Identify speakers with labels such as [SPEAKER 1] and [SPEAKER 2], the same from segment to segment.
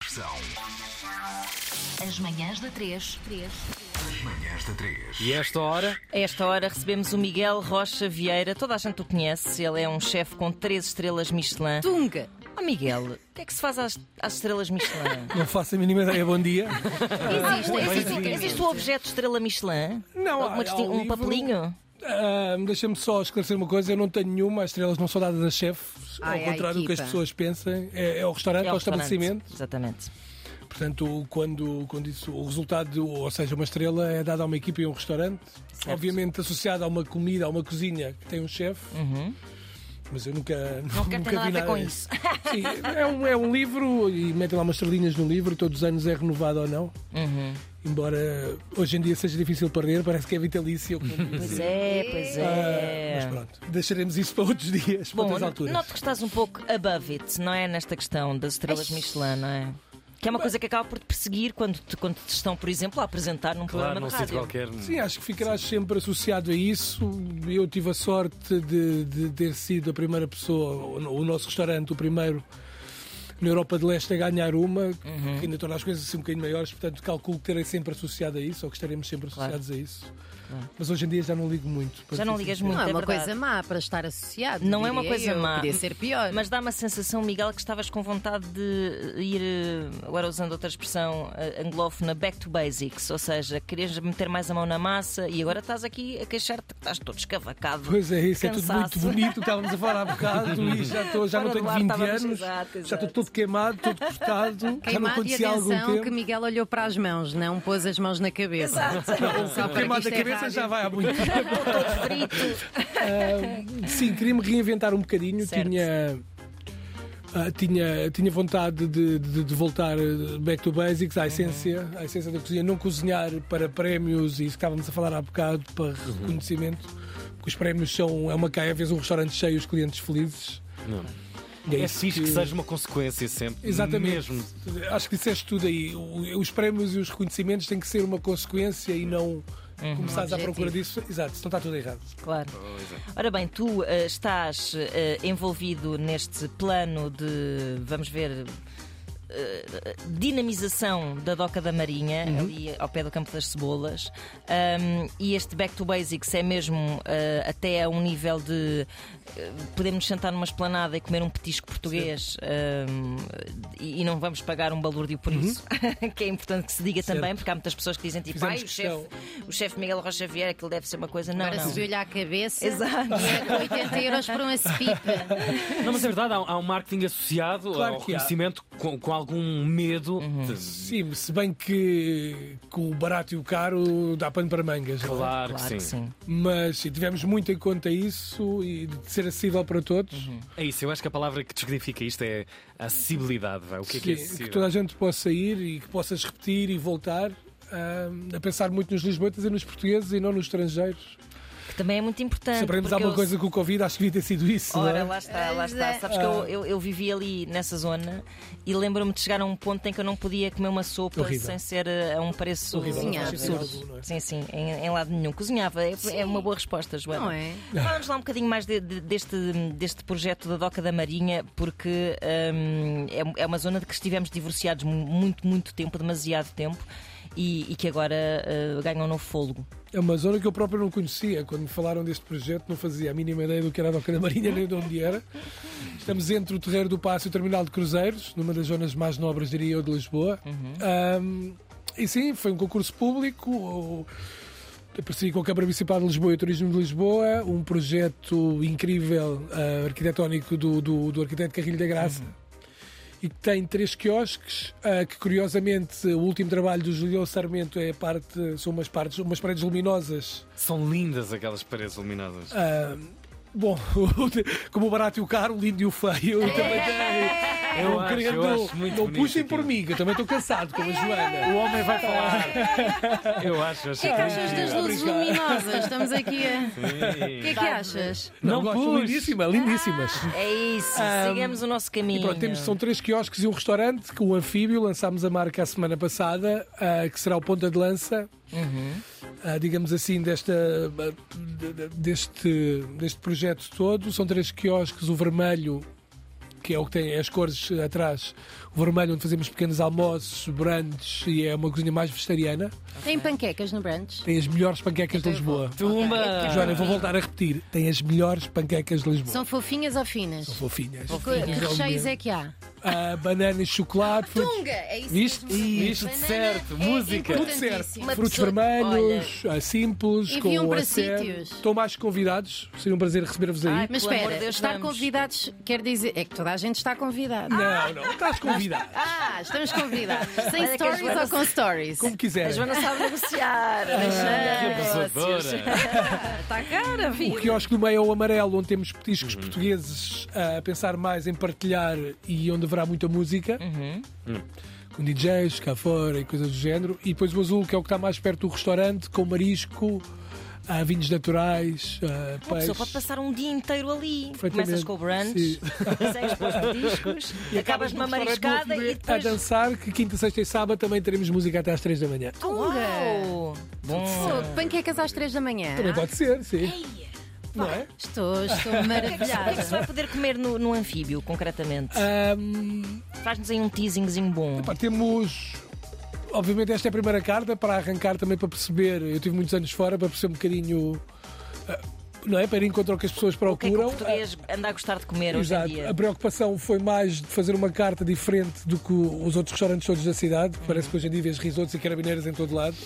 [SPEAKER 1] Atenção,
[SPEAKER 2] As manhãs da 3. 3.
[SPEAKER 1] as manhãs da 3.
[SPEAKER 3] E esta hora,
[SPEAKER 4] A esta hora recebemos o Miguel Rocha Vieira. Toda a gente o conhece. Ele é um chefe com três estrelas Michelin.
[SPEAKER 5] Tunga!
[SPEAKER 4] Oh, Miguel, o que é que se faz às, às estrelas Michelin?
[SPEAKER 6] Não faço a mínima ideia. Bom dia.
[SPEAKER 4] Existe, existe,
[SPEAKER 6] bem,
[SPEAKER 4] existe o objeto estrela Michelin?
[SPEAKER 6] Não,
[SPEAKER 4] Alguma
[SPEAKER 6] há-
[SPEAKER 4] distin-
[SPEAKER 6] há
[SPEAKER 4] um
[SPEAKER 6] livro-
[SPEAKER 4] papelinho?
[SPEAKER 6] Ah, Deixa-me só esclarecer uma coisa. Eu não tenho nenhuma. As estrelas não são dadas a chefes.
[SPEAKER 5] Ai,
[SPEAKER 6] ao
[SPEAKER 5] à
[SPEAKER 6] contrário do que as
[SPEAKER 5] equipa.
[SPEAKER 6] pessoas pensam. É, é ao restaurante,
[SPEAKER 4] É
[SPEAKER 6] ao
[SPEAKER 4] o restaurante.
[SPEAKER 6] estabelecimento.
[SPEAKER 4] Exatamente.
[SPEAKER 6] Portanto, quando, quando isso, o resultado, ou seja, uma estrela é dada a uma equipa e a um restaurante.
[SPEAKER 4] Certo.
[SPEAKER 6] Obviamente associada a uma comida, a uma cozinha que tem um chefe. Mas eu nunca,
[SPEAKER 4] quero Uhum. ter
[SPEAKER 6] nunca
[SPEAKER 4] nada a
[SPEAKER 6] vi
[SPEAKER 4] ver
[SPEAKER 6] nada
[SPEAKER 4] com
[SPEAKER 6] disso. Sim, é, um, é um livro e metem lá umas estrelinhas no livro, todos os anos é renovado ou não.
[SPEAKER 4] Uhum.
[SPEAKER 6] Embora hoje em dia seja difícil perder, parece que é vitalício. eu que não vi.
[SPEAKER 4] Pois é, pois
[SPEAKER 6] Ah, Mas
[SPEAKER 4] é.
[SPEAKER 6] pronto, deixaremos isso para outros dias, para
[SPEAKER 4] Bom,
[SPEAKER 6] outras alturas.
[SPEAKER 4] noto que estás um pouco above it, não é? Nesta questão das estrelas Michelin, não é? Que é uma coisa que acaba por te perseguir quando te, quando te estão, por exemplo, a apresentar
[SPEAKER 3] claro,
[SPEAKER 4] num programa
[SPEAKER 3] num
[SPEAKER 4] de
[SPEAKER 3] sítio
[SPEAKER 4] rádio.
[SPEAKER 3] qualquer.
[SPEAKER 6] Sim, acho que ficarás sempre associado a isso. Eu tive a sorte de, de ter sido a primeira pessoa, o o nosso restaurante, o primeiro na Europa de Leste a ganhar uma,
[SPEAKER 4] Uhum.
[SPEAKER 6] que ainda torna as coisas assim um bocadinho maiores, portanto calculo que terei sempre associado a isso, ou que estaremos sempre
[SPEAKER 4] Claro.
[SPEAKER 6] associados a isso. Mas hoje em dia já não ligo muito. para
[SPEAKER 4] Já não
[SPEAKER 6] ser
[SPEAKER 4] ligas
[SPEAKER 6] sincero.
[SPEAKER 4] muito.
[SPEAKER 5] Não é
[SPEAKER 4] é
[SPEAKER 5] uma
[SPEAKER 4] verdade.
[SPEAKER 5] coisa má para estar associado.
[SPEAKER 4] Não é uma
[SPEAKER 5] diria
[SPEAKER 4] coisa
[SPEAKER 5] eu.
[SPEAKER 4] má.
[SPEAKER 5] Podia ser pior.
[SPEAKER 4] Mas dá uma sensação, Miguel, que estavas com vontade de ir, eh, agora usando outra expressão eh, anglófona, back to basics, ou seja, querias meter mais a mão na massa e agora estás aqui a queixar-te que estás todo escavacado.
[SPEAKER 6] Pois é, isso é
[SPEAKER 4] Cansaço.
[SPEAKER 6] tudo muito bonito. Estávamos a falar há bocado e já, estou- já não
[SPEAKER 4] Fora do
[SPEAKER 6] tenho
[SPEAKER 4] ar
[SPEAKER 6] 20
[SPEAKER 4] estávamos-
[SPEAKER 6] anos,
[SPEAKER 4] exato,
[SPEAKER 6] já estou
[SPEAKER 4] exato.
[SPEAKER 6] todo queimado, todo cortado, já não
[SPEAKER 5] Queimado e
[SPEAKER 6] acontecia há algum
[SPEAKER 5] atenção
[SPEAKER 6] tempo.
[SPEAKER 5] que Miguel olhou para as mãos, não pôs as mãos na cabeça. Exato.
[SPEAKER 6] Queimado da cabeça já vai há muito tempo.
[SPEAKER 4] é Todo frito.
[SPEAKER 6] Ah, sim, queria-me reinventar um bocadinho.
[SPEAKER 4] Certo.
[SPEAKER 6] Tinha. ah, tinha, tinha vontade de, de- de voltar ah, back to basics,
[SPEAKER 4] Uhum.
[SPEAKER 6] à essência, à essência da cozinha, não cozinhar para prémios, e isso que estávamos a falar há bocado, para
[SPEAKER 4] Uhum.
[SPEAKER 6] reconhecimento, porque os prémios são, é uma caia, vez um restaurante cheio, os clientes felizes.
[SPEAKER 3] Não.
[SPEAKER 6] E
[SPEAKER 3] É
[SPEAKER 6] isso
[SPEAKER 3] fixe que seja uma consequência sempre.
[SPEAKER 6] Exatamente.
[SPEAKER 3] Mesmo.
[SPEAKER 6] Acho que disseste tudo aí. O- Os prémios e os reconhecimentos têm que ser uma consequência e não
[SPEAKER 3] Uhum.
[SPEAKER 6] começares
[SPEAKER 5] Um
[SPEAKER 6] à
[SPEAKER 5] objetivo.
[SPEAKER 6] procura disso. Exato, senão está tudo errado.
[SPEAKER 4] Claro. Ora bem, tu eh, estás eh, envolvido neste plano de, vamos ver, eh, dinamização da Doca da Marinha,
[SPEAKER 6] Uhum.
[SPEAKER 4] ali ao pé do Campo das Cebolas. Ahm, e este Back to Basics é mesmo eh, até a um nível de eh, podemos sentar numa esplanada e comer um petisco português ahm, e, e não vamos pagar um balúrdio
[SPEAKER 6] Uhum.
[SPEAKER 4] por isso. que é importante que se diga também, porque há muitas pessoas que dizem tipo,
[SPEAKER 6] Fizemos
[SPEAKER 4] ai, o
[SPEAKER 6] questão."
[SPEAKER 4] chefe o chefe Miguel Rocha Vieira, aquilo deve ser uma coisa. Não,
[SPEAKER 5] Agora
[SPEAKER 4] não.
[SPEAKER 5] subiu-lhe à cabeça
[SPEAKER 4] Exato.
[SPEAKER 5] e é 80 euros por um aspipa.
[SPEAKER 3] Não, mas é verdade, há, há um marketing associado
[SPEAKER 6] Claro
[SPEAKER 3] ao
[SPEAKER 6] que há.
[SPEAKER 3] conhecimento com, com algum medo. De...
[SPEAKER 6] Sim, se bem que com o barato e o caro dá pano para mangas. não é?
[SPEAKER 3] Claro,
[SPEAKER 4] Claro
[SPEAKER 3] que
[SPEAKER 4] que
[SPEAKER 3] sim.
[SPEAKER 4] sim.
[SPEAKER 6] Mas sim, tivemos muito em conta isso e de ser acessível para todos.
[SPEAKER 3] É isso, eu acho que a palavra que descodifica isto é acessibilidade. Vai. O que é que é
[SPEAKER 6] Sim,
[SPEAKER 3] acessível?
[SPEAKER 6] toda a gente possa ir e que possas repetir e voltar. ah, a pensar muito nos lisboetas e nos portugueses e não nos estrangeiros.
[SPEAKER 4] Que também é muito importante.
[SPEAKER 6] Se aprendemos
[SPEAKER 4] porque
[SPEAKER 6] alguma
[SPEAKER 4] eu-
[SPEAKER 6] coisa com o Covid, acho que devia ter sido isso. não
[SPEAKER 4] Ora,
[SPEAKER 6] é?
[SPEAKER 4] lá está, lá está. Sabes que eu,
[SPEAKER 6] Ah.
[SPEAKER 4] eu, eu vivi ali nessa zona e lembro-me de chegar a um ponto em que eu não podia comer uma sopa
[SPEAKER 6] Horrível.
[SPEAKER 4] sem ser eh, a um preço
[SPEAKER 6] Horrível,
[SPEAKER 5] não faz
[SPEAKER 4] absurdo.
[SPEAKER 6] sentido algum, não é?
[SPEAKER 4] Sim, sim, em, em lado nenhum. Cozinhava, é, é uma boa resposta, Joana.
[SPEAKER 5] Não é?
[SPEAKER 4] Fala-nos lá um bocadinho mais de- de- deste, deste projeto da Doca da Marinha, porque hum, é, é uma zona de que estivemos divorciados mu- muito, muito tempo, demasiado tempo, e, e que agora eh, ganha um novo fôlego.
[SPEAKER 6] É uma zona que eu próprio não conhecia. Quando me falaram deste projeto, não fazia a mínima ideia do que era a Doca da Marinha nem de onde era. Estamos entre o Terreiro do Passo e o Terminal de Cruzeiros, numa das zonas mais nobres, diria eu, de Lisboa. Ahm, e sim, foi um concurso público. o- Eu parceria com a Câmara Municipal de Lisboa e o Turismo de Lisboa, um projeto incrível ah, arquitetónico do, do, do arquiteto Carrilho da Graça. E que tem três quiosques, ah, que curiosamente o último trabalho do Julião Sarmento é a parte, são umas partes, umas paredes luminosas
[SPEAKER 3] São lindas aquelas paredes iluminadas.
[SPEAKER 6] ah, bom, como o barato e o caro, o lindo e o feio, eu também tenho.
[SPEAKER 3] Eu
[SPEAKER 6] Não
[SPEAKER 3] acho,
[SPEAKER 6] é um querendo-
[SPEAKER 3] eu acho muito
[SPEAKER 6] não
[SPEAKER 3] bonito
[SPEAKER 6] puxem por
[SPEAKER 3] aquilo.
[SPEAKER 6] mim, que eu também estou cansado com a
[SPEAKER 3] O
[SPEAKER 6] Joana.
[SPEAKER 3] homem vai falar. eu acho, acho.
[SPEAKER 5] O que é que achas das luzes
[SPEAKER 6] Obrigado.
[SPEAKER 5] luminosas? Estamos aqui a. O que é que achas?
[SPEAKER 3] Não,
[SPEAKER 6] gosto,
[SPEAKER 3] pus.
[SPEAKER 6] lindíssima, lindíssimas.
[SPEAKER 4] É isso, sigamos o nosso caminho.
[SPEAKER 6] Ah, E pronto, temos, são três quiosques e um restaurante, com o anfíbio, lançámos a marca a semana passada, ah, que será o ponta de lança, ah, digamos assim, desta, ah, de- de- deste, deste projeto todo. São três quiosques, o vermelho, que é o que tem as cores eh, atrás, o vermelho, onde fazemos pequenos almoços, brandes, e é uma cozinha mais vegetariana.
[SPEAKER 5] Tem panquecas no brunch?
[SPEAKER 6] Tem as melhores panquecas de
[SPEAKER 5] Então eu vou.
[SPEAKER 6] Lisboa.
[SPEAKER 3] Tumba!
[SPEAKER 6] Joana, eu vou voltar a repetir. Tem as melhores panquecas de Lisboa.
[SPEAKER 5] São fofinhas ou finas?
[SPEAKER 6] fofinhas.
[SPEAKER 5] Que, que recheios é que há?
[SPEAKER 6] Ah, banana e chocolate, frutos,
[SPEAKER 7] Tunga, é isso
[SPEAKER 6] Viste?
[SPEAKER 7] mesmo.
[SPEAKER 3] Ih, isto
[SPEAKER 7] Banana
[SPEAKER 3] certo,
[SPEAKER 7] é
[SPEAKER 3] música.
[SPEAKER 6] tudo certo.
[SPEAKER 7] importantíssimo.
[SPEAKER 5] Uma
[SPEAKER 6] frutos
[SPEAKER 5] pessoa-
[SPEAKER 6] vermelhos, ah, simples, com
[SPEAKER 5] enviam para
[SPEAKER 6] acero.
[SPEAKER 5] sítios.
[SPEAKER 6] Estão mais que convidados. Seria um prazer receber-vos aí.
[SPEAKER 4] Ai,
[SPEAKER 5] Mas
[SPEAKER 4] Pelo amor
[SPEAKER 5] espera,
[SPEAKER 4] de Deus,
[SPEAKER 5] estar
[SPEAKER 4] vamos.
[SPEAKER 5] convidados quer dizer. É que toda a gente está convidada.
[SPEAKER 6] Não, não, estás convidado.
[SPEAKER 5] Ah, estamos convidados. Sem
[SPEAKER 4] Olha que a
[SPEAKER 5] stories
[SPEAKER 4] Joana
[SPEAKER 5] ou com stories?
[SPEAKER 6] Como quiseres.
[SPEAKER 4] Joana sabe negociar. deixa
[SPEAKER 3] Abusadora.
[SPEAKER 4] Está cara,
[SPEAKER 6] O
[SPEAKER 4] filho.
[SPEAKER 6] quiosque do meio é o amarelo, onde temos petiscos portugueses ah, a pensar mais em partilhar e onde haverá muita música.
[SPEAKER 4] Uhum.
[SPEAKER 6] Com DJs cá fora e coisas do género. E depois o azul, que é o que está mais perto do restaurante, com marisco, ah, vinhos naturais, ah,
[SPEAKER 4] Uma pessoa
[SPEAKER 6] peixe.
[SPEAKER 4] pode passar um dia inteiro ali. Começas
[SPEAKER 6] Perfeitamente.
[SPEAKER 4] com o brunch,
[SPEAKER 6] Sim.
[SPEAKER 4] segues para os petiscos, acabas numa
[SPEAKER 6] num restaurante no
[SPEAKER 4] mariscada
[SPEAKER 6] outro
[SPEAKER 4] e
[SPEAKER 6] dia
[SPEAKER 4] depois.
[SPEAKER 6] A dançar, que quinta, sexta e sábado também teremos música até às três da manhã.
[SPEAKER 5] Tunga!
[SPEAKER 4] Uau! Bom!
[SPEAKER 5] Fogo, panquecas às três da manhã.
[SPEAKER 6] Também pode ser, sim. Não é?
[SPEAKER 5] Estou, estou
[SPEAKER 4] O que é que se
[SPEAKER 5] maravilhada.
[SPEAKER 4] vai poder comer no, no anfíbio, concretamente?
[SPEAKER 6] Ahm,
[SPEAKER 4] Faz-nos aí um teasingzinho bom.
[SPEAKER 6] Pá, temos. Obviamente, esta é a primeira carta para arrancar também para perceber. Eu tive muitos anos fora para perceber um bocadinho. ah, não é? Para ir em encontro ao que as pessoas
[SPEAKER 4] O que é que o
[SPEAKER 6] procuram.
[SPEAKER 4] português anda a gostar de comer
[SPEAKER 6] Ah,
[SPEAKER 4] hoje em
[SPEAKER 6] Exato.
[SPEAKER 4] dia?
[SPEAKER 6] A preocupação foi mais de fazer uma carta diferente do que o- os outros restaurantes todos da cidade. que Parece que hoje em dia vês risotos e carabineiras em todo lado.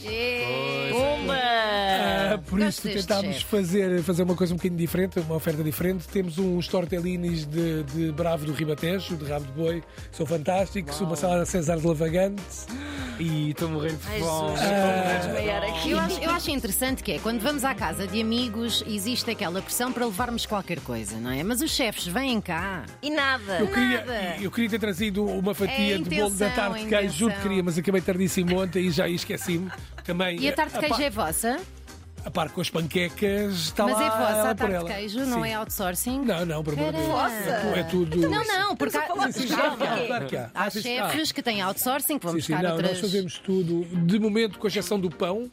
[SPEAKER 4] Pumba!
[SPEAKER 6] Ah, por
[SPEAKER 5] gosto
[SPEAKER 6] isso
[SPEAKER 5] deste
[SPEAKER 6] tentámos
[SPEAKER 5] chefe.
[SPEAKER 6] fazer, fazer uma coisa um bocadinho diferente, uma oferta diferente. Temos uns tortellinis de, de bravo do Ribatejo, de rabo de boi, são fantásticos. Uma salada César de Lavagante.
[SPEAKER 3] Ih, estou morrendo de
[SPEAKER 4] Ai,
[SPEAKER 3] fome.
[SPEAKER 6] Ah.
[SPEAKER 4] Jesus, estou a desmaiar aqui.
[SPEAKER 5] Eu acho, eu acho interessante que é quando vamos à casa de amigos, existe aquela pressão para levarmos qualquer coisa, não é? Mas os chefes vêm cá.
[SPEAKER 4] E nada.
[SPEAKER 6] Eu queria,
[SPEAKER 5] Nada.
[SPEAKER 6] eu queria ter trazido uma fatia
[SPEAKER 5] É
[SPEAKER 6] de bolo da
[SPEAKER 5] intenção,
[SPEAKER 6] tarte
[SPEAKER 5] é
[SPEAKER 6] de queijo, juro que
[SPEAKER 5] intenção.
[SPEAKER 6] queria, mas acabei tardíssimo ontem e já esqueci-me. Também,
[SPEAKER 5] E a tarte de
[SPEAKER 6] par-
[SPEAKER 5] queijo é vossa?
[SPEAKER 6] a par com as panquecas, está
[SPEAKER 5] Mas
[SPEAKER 6] tá lá
[SPEAKER 5] é vossa
[SPEAKER 6] ela
[SPEAKER 5] a
[SPEAKER 6] por
[SPEAKER 5] tarte de
[SPEAKER 6] ela.
[SPEAKER 5] queijo, não
[SPEAKER 6] Sim.
[SPEAKER 5] é outsourcing?
[SPEAKER 6] Não, não, por amor de Deus.
[SPEAKER 5] Vossa?
[SPEAKER 6] É tudo.
[SPEAKER 5] Não, não, porque há,
[SPEAKER 6] Claro que há, claro que há.
[SPEAKER 5] há
[SPEAKER 6] Ah, sim, sim, há.
[SPEAKER 5] chefes que têm outsourcing que vão
[SPEAKER 6] Sim, sim,
[SPEAKER 5] buscar
[SPEAKER 6] não,
[SPEAKER 5] outras.
[SPEAKER 6] nós fazemos tudo. De momento, com exceção do pão,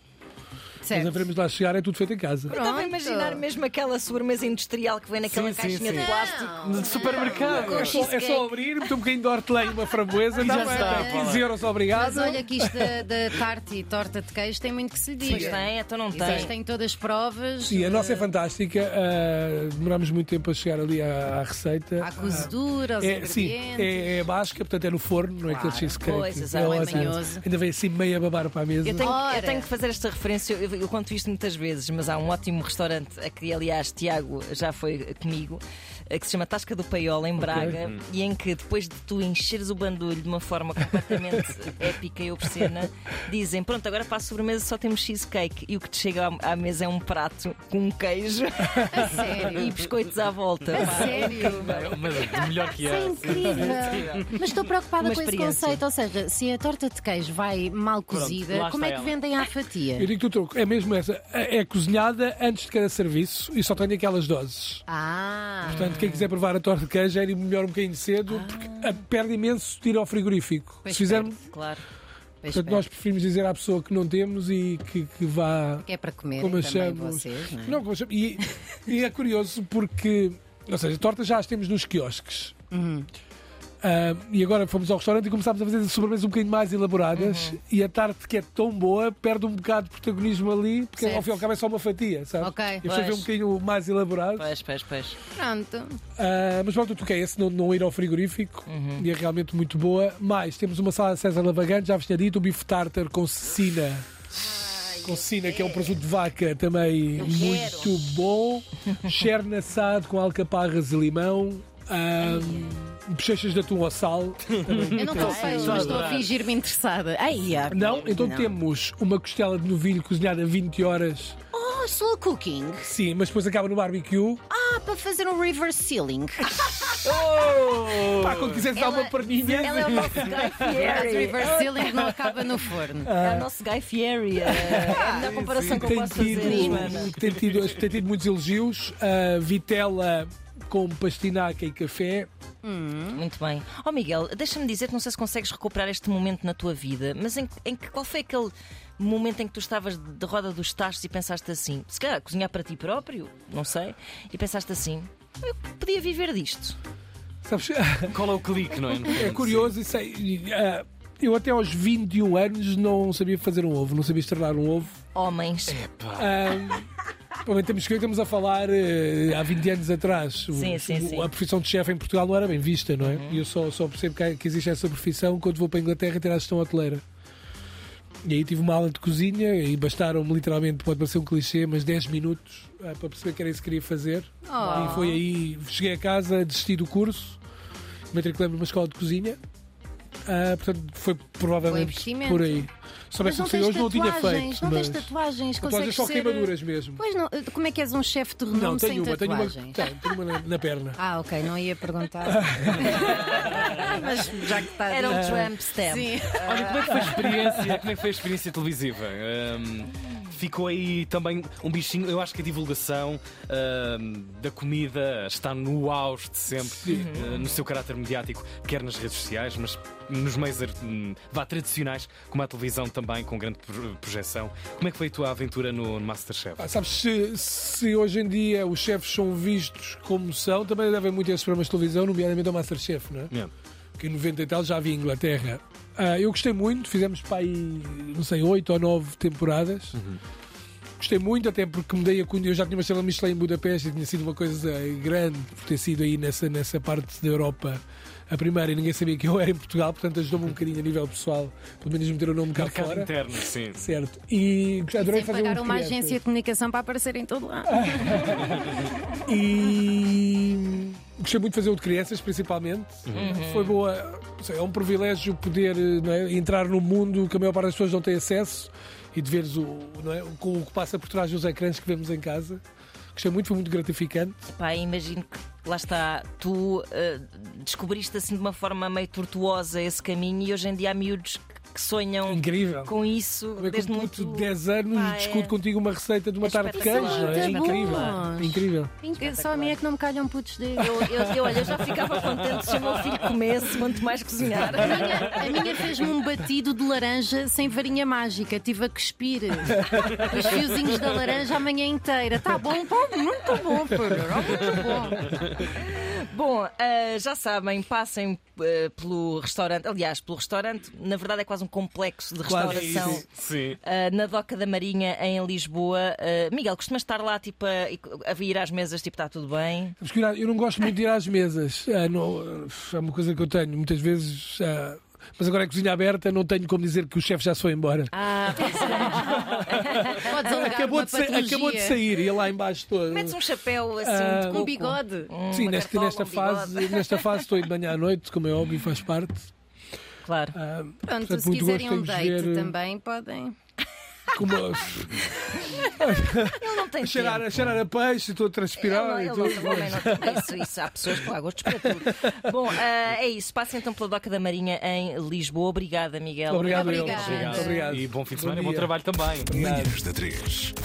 [SPEAKER 6] mas
[SPEAKER 5] Certo.
[SPEAKER 6] haveremos lá chegar, é tudo feito em casa.
[SPEAKER 4] Estava a
[SPEAKER 5] Pronto.
[SPEAKER 4] imaginar mesmo aquela sobremesa industrial que vem naquela
[SPEAKER 3] Sim, sim,
[SPEAKER 4] caixinha
[SPEAKER 3] sim.
[SPEAKER 4] de plástico.
[SPEAKER 3] De supermercado.
[SPEAKER 6] É só, é só abrir, meter um bocadinho de hortelã e uma framboesa,
[SPEAKER 3] já
[SPEAKER 6] dá para-
[SPEAKER 3] está, Paula.
[SPEAKER 6] 15 euros,
[SPEAKER 5] Mas
[SPEAKER 6] obrigado.
[SPEAKER 5] olha que isto da, da tarte e torta de queijo tem muito que se
[SPEAKER 4] Pois
[SPEAKER 6] é.
[SPEAKER 5] diga.
[SPEAKER 4] tem, então não
[SPEAKER 5] Vocês
[SPEAKER 4] tem.
[SPEAKER 5] têm todas as provas.
[SPEAKER 6] Sim, a nossa é
[SPEAKER 5] eh,
[SPEAKER 6] fantástica. ah, demorámos muito tempo a chegar ali à, à receita.
[SPEAKER 5] À cozedura, aos
[SPEAKER 6] É, sim,
[SPEAKER 5] ingredientes.
[SPEAKER 6] é, é basca, portanto é no forno, não é aquele
[SPEAKER 5] Claro.
[SPEAKER 6] cheesecake.
[SPEAKER 4] Pois, exato,
[SPEAKER 6] é
[SPEAKER 4] não é
[SPEAKER 6] ótimo.
[SPEAKER 5] manhoso.
[SPEAKER 6] Ainda vem assim meio a babar para a mesa.
[SPEAKER 4] Eu tenho, eu
[SPEAKER 5] Ora.
[SPEAKER 4] tenho que fazer esta referência, eu, eu conto isto muitas vezes, mas há um ótimo restaurante a que, aliás, Tiago já foi comigo, eh, que se chama Tasca do Paiola, em Braga,
[SPEAKER 6] Hum.
[SPEAKER 4] e em que depois de tu encheres o bandulho de uma forma completamente épica e obscena, dizem: Pronto, agora para a sobremesa só temos cheesecake, e o que te chega à, à mesa é um prato com um queijo
[SPEAKER 6] é.
[SPEAKER 5] A sério.
[SPEAKER 4] e biscoitos à volta.
[SPEAKER 5] A
[SPEAKER 4] pá.
[SPEAKER 5] sério.
[SPEAKER 3] Mas é melhor que
[SPEAKER 5] Isso é
[SPEAKER 3] é.
[SPEAKER 6] É
[SPEAKER 5] incrível. Mas estou preocupada
[SPEAKER 4] Uma
[SPEAKER 5] com esse
[SPEAKER 4] experiência.
[SPEAKER 5] conceito. Ou seja, se a torta de queijo vai mal cozida,
[SPEAKER 3] lá
[SPEAKER 5] como é que
[SPEAKER 3] está ela.
[SPEAKER 5] vendem à
[SPEAKER 6] Eu
[SPEAKER 5] fatia?
[SPEAKER 6] digo-te o troco, é mesmo essa. É é cozinhada antes de cada serviço e só tem aquelas doses.
[SPEAKER 5] Ah,
[SPEAKER 6] Portanto, quem quiser provar a torta de queijo, é ir melhor um bocadinho cedo, porque ah, perde imenso se tira ao frigorífico.
[SPEAKER 5] Pois
[SPEAKER 6] se fizermos,
[SPEAKER 5] perde.
[SPEAKER 4] Claro.
[SPEAKER 5] pois
[SPEAKER 6] portanto,
[SPEAKER 5] bem,
[SPEAKER 6] nós preferimos dizer à pessoa que não temos e que, que vá.
[SPEAKER 5] que é para comer
[SPEAKER 6] como
[SPEAKER 5] também
[SPEAKER 6] achamos.
[SPEAKER 5] vocês, não é?
[SPEAKER 6] Não, como achamos. E, e é curioso porque, ou seja, tortas já as temos nos quiosques.
[SPEAKER 5] Uhum.
[SPEAKER 6] Ah, e agora fomos ao restaurante e começámos a fazer sobremesas um bocadinho mais elaboradas.
[SPEAKER 5] Uhum.
[SPEAKER 6] E a tarte que é tão boa perde um bocado de protagonismo ali, porque
[SPEAKER 5] Certo.
[SPEAKER 6] ao fim e ao cabo é só uma fatia, sabe?
[SPEAKER 5] Ok,
[SPEAKER 6] E depois vê um
[SPEAKER 4] pois.
[SPEAKER 6] bocadinho mais elaborado.
[SPEAKER 4] Pois, pois, pois.
[SPEAKER 5] Pronto.
[SPEAKER 6] Ah, mas pronto, o que é esse? Não, não ir ao frigorífico e é realmente muito boa. Mais, temos uma salada César Lavagante, já vos tinha dito, um bife tartar com cecina. Com cecina, que é um presunto de vaca também muito bom. Cherne assado com alcaparras e limão. Ah, bochechas de atum ao sal.
[SPEAKER 5] Eu não confesso, mas estou a
[SPEAKER 3] adorar.
[SPEAKER 5] fingir-me interessada. Ai, ah,
[SPEAKER 6] Não? Então temos uma costela de novilho cozinhada a 20 horas.
[SPEAKER 5] Oh, slow cooking.
[SPEAKER 6] Sim, mas depois acaba no barbecue.
[SPEAKER 5] Ah, para fazer um reverse sealing.
[SPEAKER 6] Pá, quando quiseres dar uma perninha.
[SPEAKER 4] Ela é o nosso Guy
[SPEAKER 5] Mas o
[SPEAKER 4] Fieri.
[SPEAKER 5] reverse sealing não acaba no forno.
[SPEAKER 4] É o nosso Guy Fieri. É a melhor comparação que eu
[SPEAKER 6] tem
[SPEAKER 4] posso fazer, Joana.
[SPEAKER 6] tido, um- tem, tido, tem tido muitos elogios. A vitela com pastinaca e café.
[SPEAKER 4] Muito bem. Ó Miguel, deixa-me dizer, não sei se consegues recuperar este momento na tua vida, mas em, em que qual foi aquele momento em que tu estavas de de roda dos tachos e pensaste assim, se calhar cozinhar para ti próprio, não sei, e pensaste assim, eu podia viver disto.
[SPEAKER 6] Sabes,
[SPEAKER 3] Qual é o clique, não é?
[SPEAKER 6] é curioso, isso é, ah, eu até aos 21 anos não sabia fazer um ovo, não sabia estrelar um ovo.
[SPEAKER 4] Homens.
[SPEAKER 6] É. Ah, Bom, temos que estamos a falar eh, há 20 anos atrás. O-
[SPEAKER 4] Sim, sim,
[SPEAKER 6] o-
[SPEAKER 4] sim.
[SPEAKER 6] A profissão de chefe em Portugal não era bem vista, não é?
[SPEAKER 5] Uhum.
[SPEAKER 6] E eu só, só percebo que, há- que existe essa profissão quando vou para a Inglaterra ter a gestão hoteleira. E aí tive uma aula de cozinha e bastaram-me literalmente, pode parecer um clichê, mas 10 minutos ah, para perceber que era isso que queria fazer.
[SPEAKER 5] Oh.
[SPEAKER 6] E foi aí, cheguei a casa, desisti do curso, matriculei-me numa escola de cozinha. Ah, portanto, foi provavelmente
[SPEAKER 5] Foi investimento.
[SPEAKER 6] por aí. Se
[SPEAKER 5] Mas
[SPEAKER 6] soubesse
[SPEAKER 5] não
[SPEAKER 6] que sei
[SPEAKER 5] tens
[SPEAKER 6] hoje, não o tinha
[SPEAKER 5] tatuagens,
[SPEAKER 6] feito.
[SPEAKER 5] não tens
[SPEAKER 6] mas-
[SPEAKER 5] tatuagens,
[SPEAKER 6] Tatuagens
[SPEAKER 5] consegues
[SPEAKER 6] só
[SPEAKER 5] ser...
[SPEAKER 6] queimaduras mesmo.
[SPEAKER 5] Pois não, como é que és um chefe de renome
[SPEAKER 6] Não,
[SPEAKER 5] sem
[SPEAKER 6] tenho uma, tenho uma,
[SPEAKER 5] tatuagens?
[SPEAKER 6] tenho, tenho uma na, na perna.
[SPEAKER 5] Ah, ok, não ia perguntar. Mas já que está.
[SPEAKER 4] Era um tramp stamp.
[SPEAKER 5] Sim.
[SPEAKER 3] Olha, como é que foi a experiência, como é que foi a experiência televisiva? Ahm, ficou aí também um bichinho, eu acho que a divulgação ahm, da comida está no auge de sempre, eh, no seu caráter mediático, quer nas redes sociais, mas nos meios ar- hum, vá, tradicionais, como a televisão também, com grande pro- projeção. Como é que foi a tua aventura no, no Masterchef?
[SPEAKER 6] Pá, Ah, sabes, se, se hoje em dia os chefes são vistos como são, também devem muito a esses programas de televisão, nomeadamente ao Masterchef, não é?
[SPEAKER 3] Yeah.
[SPEAKER 6] Que em 90 e tal já havia em Inglaterra. Ah, eu gostei muito, fizemos para aí, não sei, 8 ou 9 temporadas. Gostei muito, até porque me dei a conhecer. Eu já tinha uma estrela Michelin em Budapeste e tinha sido uma coisa grande por ter sido aí nessa, nessa parte da Europa a primeira e ninguém sabia que eu era em Portugal, portanto ajudou-me um bocadinho a nível pessoal, pelo menos meter o nome cá
[SPEAKER 3] Mercado
[SPEAKER 6] fora.
[SPEAKER 3] interno, sim.
[SPEAKER 6] Certo. E gostei- adorei
[SPEAKER 5] Sem
[SPEAKER 6] fazer
[SPEAKER 5] pagar
[SPEAKER 6] um
[SPEAKER 5] uma
[SPEAKER 6] criança.
[SPEAKER 5] agência de comunicação para aparecer em todo lado.
[SPEAKER 6] E gostei muito de fazer o de crianças, principalmente. Foi boa. não sei, É um privilégio poder não é, entrar no mundo que a maior parte das pessoas não tem acesso e de veres o, não é, o- com o que passa por trás dos ecrãs que vemos em casa. Gostei muito, foi muito gratificante.
[SPEAKER 4] Pá, imagino que lá está, tu eh, descobriste assim de uma forma meio tortuosa esse caminho e hoje em dia há miúdos que- que sonham
[SPEAKER 6] Incrível.
[SPEAKER 4] com isso
[SPEAKER 6] Como é que
[SPEAKER 4] desde
[SPEAKER 6] um
[SPEAKER 4] muito.
[SPEAKER 6] puto de 10 anos
[SPEAKER 4] Pá, é.
[SPEAKER 6] discute contigo uma receita de uma
[SPEAKER 4] É
[SPEAKER 6] tarde de queijo?
[SPEAKER 4] espetacular.
[SPEAKER 6] não é?
[SPEAKER 5] Muito
[SPEAKER 6] Incrível.
[SPEAKER 5] bons.
[SPEAKER 6] Incrível.
[SPEAKER 5] Só a mim é que não me calham putos de.
[SPEAKER 4] Eu, eu, eu, olha, eu já ficava contente se o meu filho comesse, quanto mais cozinhar.
[SPEAKER 5] A minha, a minha fez-me um batido de laranja sem varinha mágica. Tive a cuspir eh, os fiozinhos da laranja a manhã inteira. Tá bom, bom, muito bom, Pedro. Muito bom.
[SPEAKER 4] Bom, ah, já sabem, passem ah, pelo restaurante, aliás, pelo restaurante, na verdade é quase um complexo de
[SPEAKER 6] Quase,
[SPEAKER 4] restauração.
[SPEAKER 6] sim,
[SPEAKER 3] Sim.
[SPEAKER 4] ah, na Doca da Marinha, em Lisboa. Ah, Miguel, costumas estar lá tipo, a, a vir às mesas, tipo, está tudo bem?
[SPEAKER 6] Sabes que Eu não- eu não gosto muito de ir às mesas. Ah, não- é uma coisa que eu tenho. Muitas vezes. ah, mas agora é cozinha aberta, não tenho como dizer que os chefes já se foi embora.
[SPEAKER 4] Ah,
[SPEAKER 5] Podes alegar
[SPEAKER 6] acabou,
[SPEAKER 5] uma
[SPEAKER 6] de sa-
[SPEAKER 5] patologia.
[SPEAKER 6] acabou de sair e lá embaixo estou.
[SPEAKER 4] metes um chapéu assim
[SPEAKER 6] Ah,
[SPEAKER 4] de
[SPEAKER 5] Um
[SPEAKER 4] coco.
[SPEAKER 5] bigode.
[SPEAKER 6] Sim,
[SPEAKER 4] uma
[SPEAKER 6] nesta,
[SPEAKER 4] cartola,
[SPEAKER 6] nesta
[SPEAKER 4] um
[SPEAKER 6] fase,
[SPEAKER 4] bigode.
[SPEAKER 6] nesta fase estou indo de manhã à noite, como é óbvio, faz parte.
[SPEAKER 4] Claro.
[SPEAKER 6] Ah,
[SPEAKER 5] Pronto,
[SPEAKER 6] portanto,
[SPEAKER 5] se
[SPEAKER 6] muito
[SPEAKER 5] quiserem
[SPEAKER 6] gosto,
[SPEAKER 5] um
[SPEAKER 6] temos de
[SPEAKER 5] date
[SPEAKER 6] ver,
[SPEAKER 5] também podem.
[SPEAKER 6] Como,
[SPEAKER 4] Ele não tem
[SPEAKER 6] a, cheirar, a
[SPEAKER 4] tempo.
[SPEAKER 6] cheirar a peixe, estou a transpirar.
[SPEAKER 4] Ele
[SPEAKER 6] e
[SPEAKER 4] não-
[SPEAKER 6] tudo.
[SPEAKER 4] ele não- também não tem É isso, isso. Há pessoas com há gostos para tudo. Bom, ah, é isso. Passem então pela Doca da Marinha em Lisboa. Obrigada, Miguel.
[SPEAKER 6] Obrigado, eu.
[SPEAKER 5] Obrigada.
[SPEAKER 6] Muito obrigado.
[SPEAKER 3] E bom fim de semana e
[SPEAKER 6] Bom
[SPEAKER 3] bom
[SPEAKER 6] dia.
[SPEAKER 3] trabalho também.
[SPEAKER 1] Manhãs da 3.